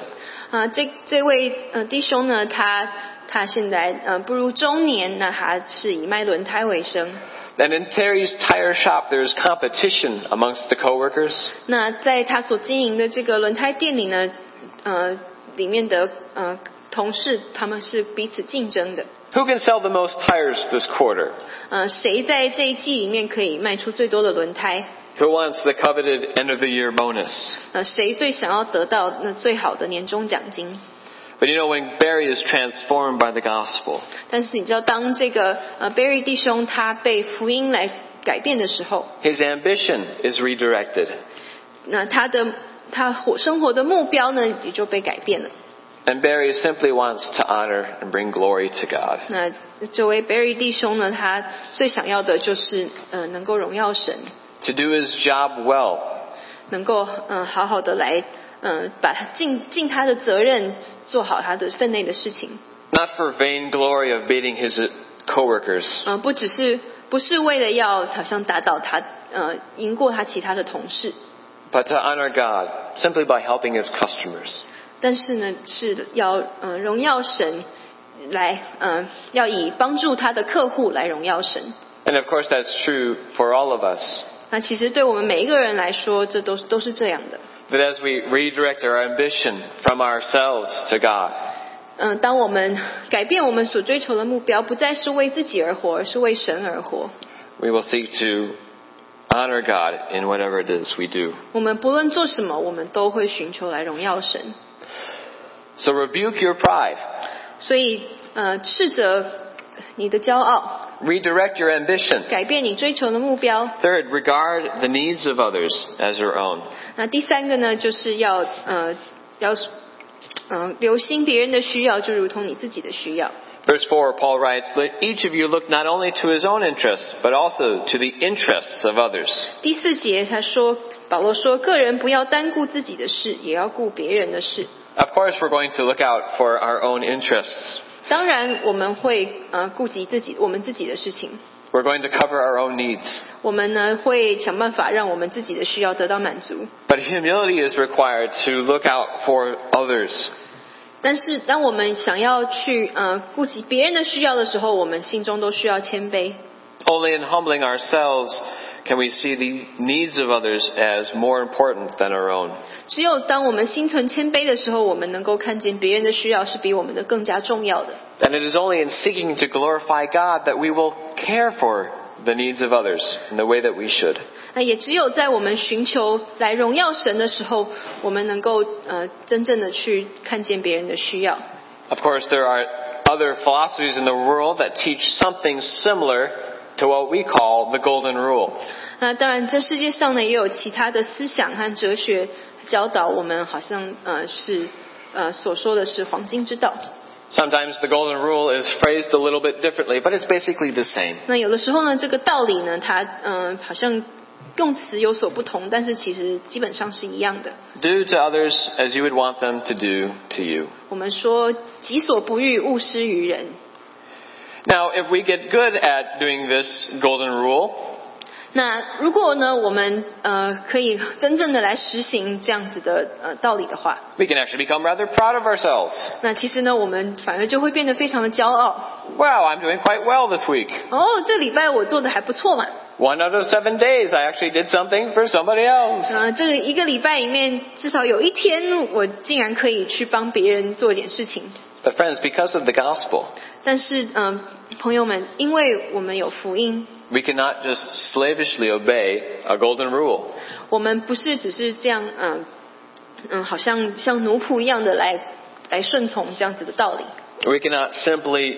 Speaker 3: 啊，这这位呃弟兄呢，他他现在呃步入中年，那他是以卖轮胎为生。
Speaker 2: And in Terry's tire shop, there's competition amongst the coworkers.
Speaker 3: 那在他所经营的这个轮胎店里呢，呃，里面的呃同事他们是彼此竞争的，
Speaker 2: Who can sell the most tires this quarter?
Speaker 3: 呃，谁在这一季里面可以卖出最多的轮胎？
Speaker 2: Who wants the coveted end of the year bonus?
Speaker 3: 呃，谁最想要得到那最好的年终奖金？
Speaker 2: But you know, when Barry is transformed by the gospel,
Speaker 3: 但是你知道，当这个呃 Barry 弟兄他被福音来改变的时候，
Speaker 2: his ambition is redirected.
Speaker 3: 那他的他活生活的目标呢也就被改变了。
Speaker 2: And Barry simply wants to honor and bring glory to God.
Speaker 3: 那这位 Barry 弟兄呢，他最想要的就是呃能够荣耀神，
Speaker 2: To do his job well,
Speaker 3: 能够嗯、呃好好的来嗯、呃把他尽尽他的责任，做好他的分内的事情。
Speaker 2: not for vainglory of beating his coworkers,
Speaker 3: 嗯、不只是不是为了要好像打倒他呃赢过他其他的同事，
Speaker 2: but to honor God simply by helping his customers.
Speaker 3: 但是呢是要嗯、呃荣耀神。来，嗯、要以帮助他的客户来荣耀神。
Speaker 2: And of course, that's true for all of us.
Speaker 3: 那其实对我们每一个人来说，这都是都是这样的。
Speaker 2: But as we redirect our ambition from ourselves to God,
Speaker 3: 嗯，当我们 改变我们所追求的目标，不再是为自己而活，而是为神而活。
Speaker 2: we will seek to honor God in whatever it is we do.
Speaker 3: 我们不论做什么，我们都会寻求来荣耀神。
Speaker 2: So rebuke your pride,
Speaker 3: 所以，呃，斥责你的骄傲，
Speaker 2: redirect your ambition.
Speaker 3: 改变你追求的目标。
Speaker 2: Third, regard the needs of others as your own.
Speaker 3: 那第三个呢，就是要呃要嗯、呃留心别人的需要，就如同你自己的需要。
Speaker 2: Verse 4, Paul writes, Let each of you look not only to his own interests, but also to the interests of others.
Speaker 3: 第四节他说，保罗说，个人不要单顾自己的事，也要顾别人的事。
Speaker 2: Of course, we're going to look out for our own interests.
Speaker 3: 当然，我们会呃顾及自己我们自己的事情。
Speaker 2: We're going to cover our own needs.
Speaker 3: 我们呢会想办法让我们自己的需要得到满足。
Speaker 2: But humility is required to look out for others.
Speaker 3: 但是，当我们想要去呃顾及别人的需要的时候，我们心中都需要谦卑。
Speaker 2: Only in humbling ourselves can we see the needs of others as more important than our own.
Speaker 3: 只有当我们心存谦卑的时候，我们能够看见别人的需要是比我们的更加重要的。
Speaker 2: And it is only in seeking to glorify God that we will care for the needs of others in the way that we should.
Speaker 3: 那也只有在我们寻求来荣耀神的时候，我们能够呃真正的去看见别人的需要。
Speaker 2: Of course, there are other philosophies in the world that teach something similar to what we call the golden rule.
Speaker 3: 那当然，这世界上呢也有其他的思想和哲学教导我们，好像呃是呃所说的是黄金之道。
Speaker 2: Sometimes the golden rule is phrased a little bit differently, but it's basically the same.
Speaker 3: 那有的时候呢，这个道理呢，它嗯、呃好像用词有所不同，但是其实基本上是一样的。
Speaker 2: Do to others as you would want them to do to you.
Speaker 3: 我们说“己所不欲，勿施于人
Speaker 2: Now, if we get good at doing this golden rule, ”。
Speaker 3: 那如果呢，我们呃可以真正的来实行这样子的呃道理的话，
Speaker 2: we can actually become rather proud of ourselves.
Speaker 3: 那其实呢，我们反而就会变得非常的骄傲。
Speaker 2: Wow, I'm doing quite well this week.
Speaker 3: 哦，这礼拜我做的还不错嘛。
Speaker 2: One out of seven days, I actually did something for somebody else.
Speaker 3: 呃，这个一个礼拜里面，至少有一天，我竟然可以去帮别人做一点事情。
Speaker 2: But friends, because of the gospel,
Speaker 3: 但是，嗯、朋友们，因为我们有福音，
Speaker 2: we cannot just slavishly obey a golden rule.
Speaker 3: 我们不是只是这样，嗯、嗯，好像像奴仆一样的来来顺从这样子的道理。
Speaker 2: We cannot simply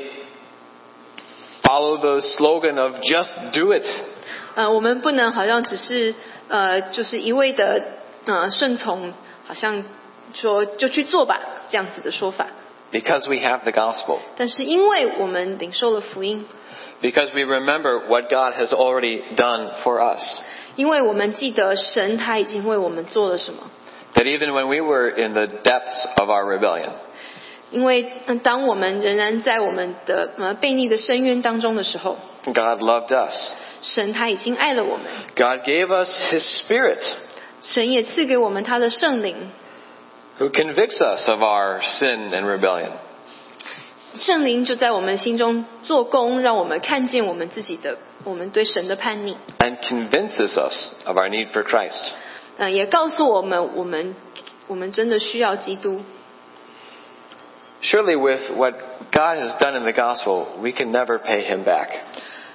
Speaker 2: follow the slogan of just do it.
Speaker 3: 呃，我们不能好像只是呃，就是一味的呃顺从，好像说就去做吧这样子的说法。
Speaker 2: Because we have the gospel.
Speaker 3: 但是，因为我们领受了福音，
Speaker 2: Because we remember what God has already done for us.
Speaker 3: 因为我们记得神他已经为我们做了什么。
Speaker 2: That even when we were in the depths of our rebellion,
Speaker 3: 因为嗯当我们仍然在我们的呃悖逆的深渊当中的时候，
Speaker 2: God loved us.
Speaker 3: 神他已经爱了我们，
Speaker 2: God gave us His Spirit,
Speaker 3: 神也赐给我们他的圣灵，
Speaker 2: who convicts us of our sin and rebellion.
Speaker 3: 圣灵就在我们心中做工，让我们看见我们自己的我们对神的叛逆，
Speaker 2: and convinces us of our need for Christ.
Speaker 3: 嗯、也告诉我们，我们我们真的需要基督。
Speaker 2: Surely, with what God has done in the gospel, we can never pay him back.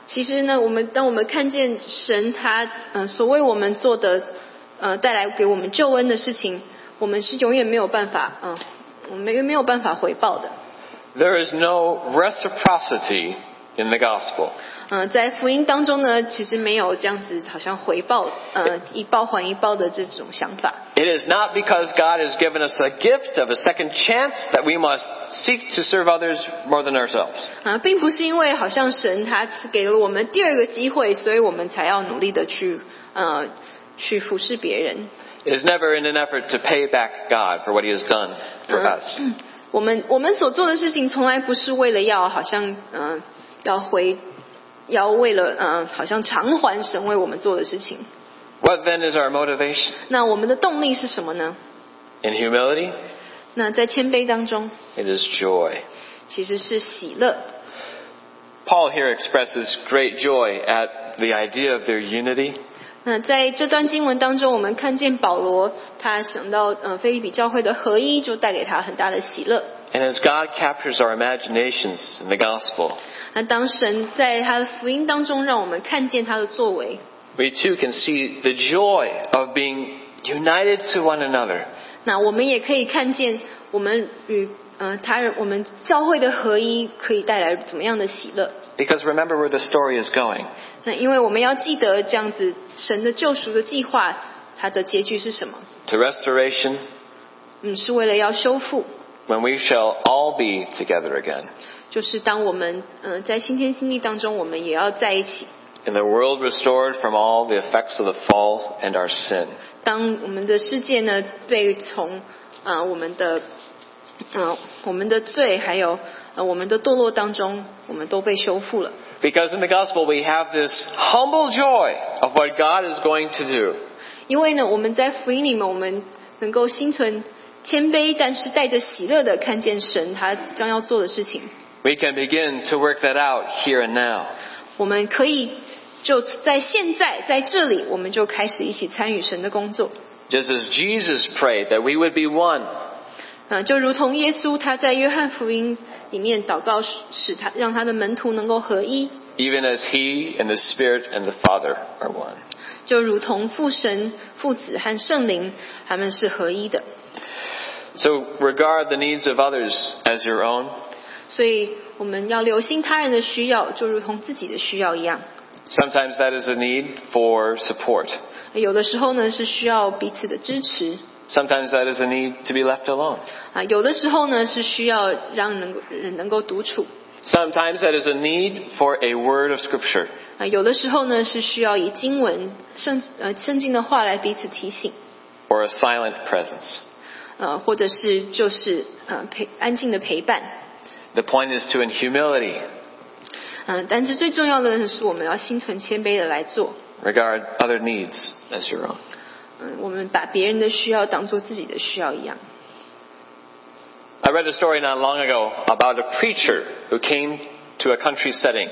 Speaker 3: 其实呢，我们当我们看见神他嗯、呃所为我们做的呃带来给我们救恩的事情，我们是永远没有办法嗯、呃我们没有办法回报的。
Speaker 2: There is no reciprocity in the gospel.
Speaker 3: 嗯、在福音当中呢，其实没有这样子好像回报呃一报还一报的这种想法。
Speaker 2: It is not because God has given us a gift of a second chance that we must seek to serve others more than ourselves.
Speaker 3: 啊、并不是因为好像神他赐给了我们第二个机会，所以我们才要努力的去呃去服侍别人。
Speaker 2: It is never in an effort to pay back God for what he has done for us.
Speaker 3: 我们我们所做的事情，从来不是为了要好像嗯、呃要回，要为了嗯、呃好像偿还神为我们做的事情。
Speaker 2: What then is our motivation?
Speaker 3: 那我们的动力是什么呢？
Speaker 2: In humility,
Speaker 3: 那在谦卑当中，
Speaker 2: it is joy.
Speaker 3: 其实是喜乐。
Speaker 2: Paul here expresses great joy at the idea of their unity.
Speaker 3: 那在这段经文当中，我们看见保罗他想到呃菲利比教会的合一，就带给他很大的喜乐。
Speaker 2: And as God captures our imaginations in the gospel,
Speaker 3: 那当神在他的福音当中，让我们看见他的作为，
Speaker 2: we too can see the joy of being united to one another.
Speaker 3: 那我们也可以看见我们与呃他人，我们教会的合一可以带来怎么样的喜乐？
Speaker 2: Because remember where the story is going.
Speaker 3: 那因为我们要记得这样子神的救赎的计划，它的结局是什么？
Speaker 2: To restoration,
Speaker 3: 嗯，是为了要修复，
Speaker 2: when we shall all be together again.
Speaker 3: 就是当我们呃在新天新地当中，我们也要在一起。
Speaker 2: In the world restored from all the effects of the fall and our sin.
Speaker 3: 当我们的世界呢被从呃我们的呃我们的罪还有呃我们的堕落当中，我们都被修复了。
Speaker 2: Because in the gospel we have this humble joy of what God is going to do.
Speaker 3: 因为呢，我们在福音里面，我们能够心存谦卑，但是带着喜乐的看见神他将要做的事情。
Speaker 2: We can begin to work that out here and now.
Speaker 3: 我们可以就在现在，在这里，我们就开始一起参与神的工作。
Speaker 2: Just as Jesus prayed that we would be one,
Speaker 3: 嗯、就如同耶稣他在约翰福音里面祷告，使使他让他的门徒能够合一，
Speaker 2: even as He and the Spirit and the Father are one.
Speaker 3: 就如同父神、父子和圣灵他们是合一的。
Speaker 2: So regard the needs of others as your own.
Speaker 3: 所以我们要留心他人的需要，就如同自己的需要一样。
Speaker 2: Sometimes that is a need for support.
Speaker 3: 有的时候呢是需要彼此的支持
Speaker 2: Sometimes that is a need to be left alone.
Speaker 3: 啊，有的时候呢是需要让能够人能够独处
Speaker 2: Sometimes that is a need for a word of scripture.
Speaker 3: 啊，有的时候呢是需要以经文圣呃圣经的话来彼此提醒，
Speaker 2: or a silent presence.
Speaker 3: 呃，或者是就是呃陪安静的陪伴，
Speaker 2: The point is to, in humility,
Speaker 3: 嗯、但是最重要的是我们要心存谦卑的来做，
Speaker 2: regard other needs as your own.
Speaker 3: 嗯、我们把别人的需要当做自己的需要一样。
Speaker 2: I read a story not long ago about a preacher who came to a country setting.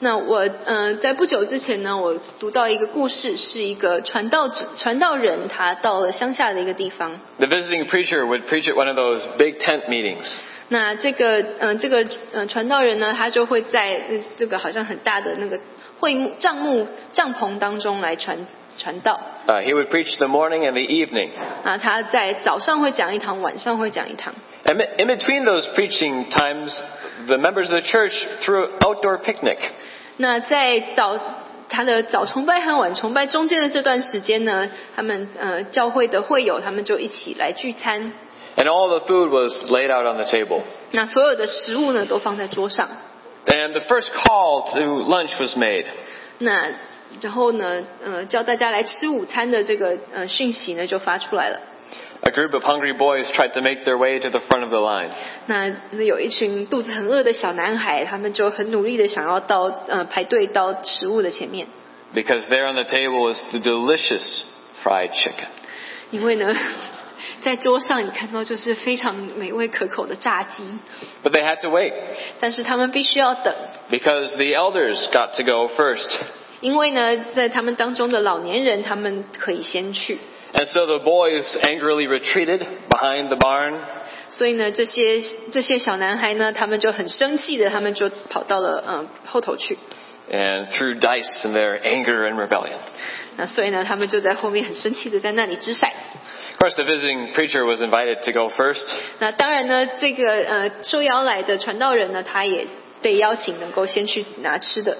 Speaker 3: 那我呃，在不久之前呢，我读到一个故事，是一个传道者、传道人，他到了乡下的一个地方，
Speaker 2: The visiting preacher would preach at one of those big tent meetings.
Speaker 3: 那这个嗯、呃这个嗯、呃传道人呢，他就会在呃这个好像很大的那个会幕帐幕帐篷当中来传传道
Speaker 2: Uh, he would preach the morning and the evening.
Speaker 3: 啊，他在早上会讲一堂，晚上会讲一堂。
Speaker 2: And in between those preaching times, the members of the church threw an outdoor picnic.
Speaker 3: 那在早他的早崇拜和晚崇拜中间的这段时间呢，他们呃教会的会友他们就一起来聚餐，
Speaker 2: And all the food was laid out on the table.
Speaker 3: 那所有的食物呢都放在桌上，
Speaker 2: And the first call to lunch was made.
Speaker 3: 那然后呢呃叫大家来吃午餐的这个呃讯息呢就发出来了。
Speaker 2: A group of hungry boys tried to make their way to the front of the line.
Speaker 3: 那有一群肚子很饿的小男孩，他们就很努力的想要到呃排队到食物的前面，
Speaker 2: Because there on the table was the delicious fried chicken.
Speaker 3: 因为呢， 在桌上你看到就是非常美味可口的炸鸡，
Speaker 2: But they had to wait
Speaker 3: 但是他们必须要等，
Speaker 2: because the elders got to go first.
Speaker 3: 因为呢，在他们当中的老年人他们可以先去，
Speaker 2: And so the boys angrily retreated behind the barn.
Speaker 3: 所以呢，这些这些小男孩呢，他们就很生气的，他们就跑到了嗯、呃后头去。
Speaker 2: and threw dice in their anger and rebellion.
Speaker 3: 那所以呢，他们就在后面很生气的在那里掷骰子。
Speaker 2: Of course, the visiting preacher was invited to go first,
Speaker 3: 那当然呢，这个呃受邀来的传道人呢，他也被邀请能够先去拿吃的。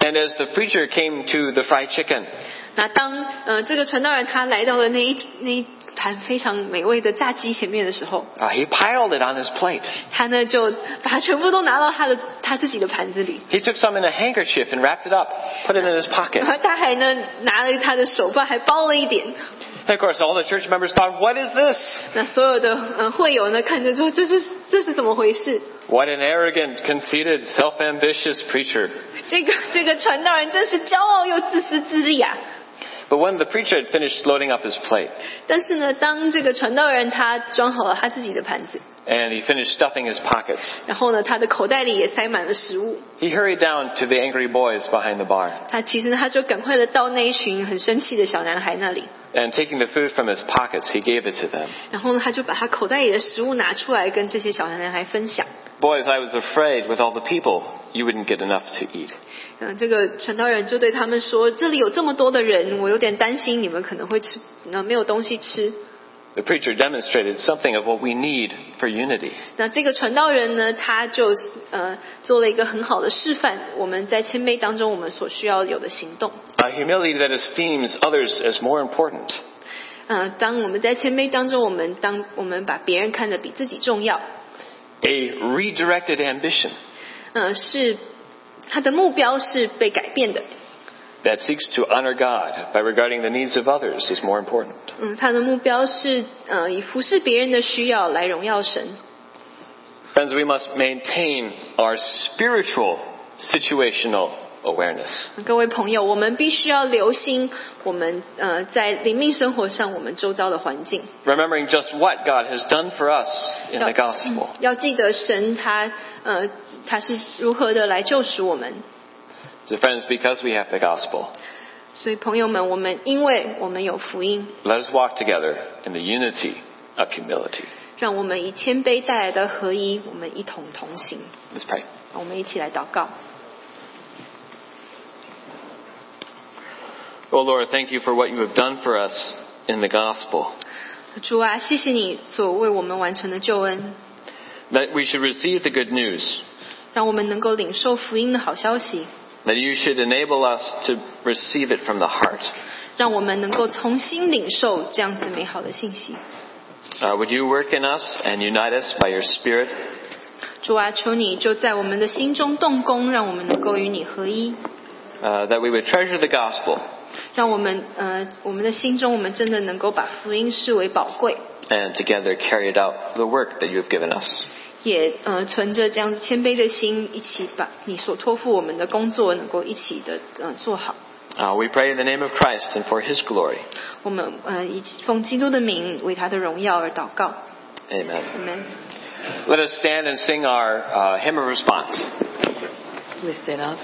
Speaker 2: and as the preacher came to the fried chicken,
Speaker 3: 那当呃这个传道人他来到了那一那一盘非常美味的炸鸡前面的时候，
Speaker 2: uh, he piled it on his plate.
Speaker 3: 他呢就把它全部都拿到他的他自己的盘子里，
Speaker 2: He took some in a handkerchief and wrapped it up, put it in his pocket.
Speaker 3: 然后他还呢拿了他的手腕还包了一点。
Speaker 2: And of course, all the church members thought, "What is this?
Speaker 3: 那所有的呃会友呢看着说这是这是怎么回事？
Speaker 2: What an arrogant, conceited, self-ambitious preacher!"
Speaker 3: 这个这个传道人真是骄傲又自私自利啊！
Speaker 2: But when the preacher had finished loading up his plate
Speaker 3: 但是呢，当这个传道人他装好了他自己的盘子，
Speaker 2: and he finished stuffing his pockets,
Speaker 3: 然后呢，他的口袋里也塞满了食物，
Speaker 2: he hurried down to the angry boys behind the barn
Speaker 3: 他其实呢他就赶快的到那一群很生气的小男孩那里，
Speaker 2: and taking the food from his pockets, he gave it to them.
Speaker 3: 然后呢，他就把他口袋里的食物拿出来跟这些小男孩分享。
Speaker 2: Boys, I was afraid with all the people you wouldn't get enough to eat.
Speaker 3: 嗯，这个传道人就对他们说：“这里有这么多的人，我有点担心你们可能会吃，那没有东西吃。
Speaker 2: The preacher demonstrated something of what we need for unity. ”
Speaker 3: 那这个传道人呢，他就呃做了一个很好的示范，我们在谦卑当中我们所需要有的行动。
Speaker 2: A humility that esteems others as more important.
Speaker 3: 嗯，当我们在谦卑当中，我们当我们把别人看得比自己重要，
Speaker 2: A redirected ambition
Speaker 3: 嗯，是他的目标是被改变的，
Speaker 2: that seeks to honor God by regarding the needs of others as more important.
Speaker 3: 嗯，他的目标是呃以服侍别人的需要来荣耀神。
Speaker 2: Friends, we must maintain our spiritual situational awareness.
Speaker 3: 各位朋友，我们必须要留心我们呃在灵命生活上我们周遭的环境，
Speaker 2: Remembering just what God has done for us in the gospel.
Speaker 3: 要记得神他呃他是如何的来救赎我们。
Speaker 2: So friends, because we have the gospel,
Speaker 3: 所以朋友们，我们因为我们有福音，
Speaker 2: Let us walk together in the unity of humility.
Speaker 3: 让我们以谦卑带来的合一，我们一同同行。
Speaker 2: Let's pray.
Speaker 3: 我们一起来祷告。
Speaker 2: Oh Lord, thank you for what you have done for us in the gospel.
Speaker 3: 主啊，谢谢你所为我们完成的救恩，
Speaker 2: That we should receive the good news.
Speaker 3: 让我们能够领受福音的好消息，
Speaker 2: That you should enable us to receive it from the heart.
Speaker 3: 让我们能够重新领受这样子美好的信息。
Speaker 2: Uh, would you work in us and unite us by your Spirit?
Speaker 3: 主啊，求你就在我们的心中动工，让我们能够与你合一，
Speaker 2: Uh, that we would treasure the gospel
Speaker 3: 让我们呃我们的心中，我们真的能够把福音视为宝贵，
Speaker 2: and together carry out the work that you have given us.
Speaker 3: 也呃存着这样子谦卑的心，一起把你所托付我们的工作能够一起的呃做好。
Speaker 2: Uh, we pray in the name of Christ and for his glory.
Speaker 3: 我们呃以奉基督的名为他的荣耀而祷告，
Speaker 2: Amen.
Speaker 3: 我们。
Speaker 2: Let us stand and sing our uh, hymn of response.
Speaker 4: Please stand up.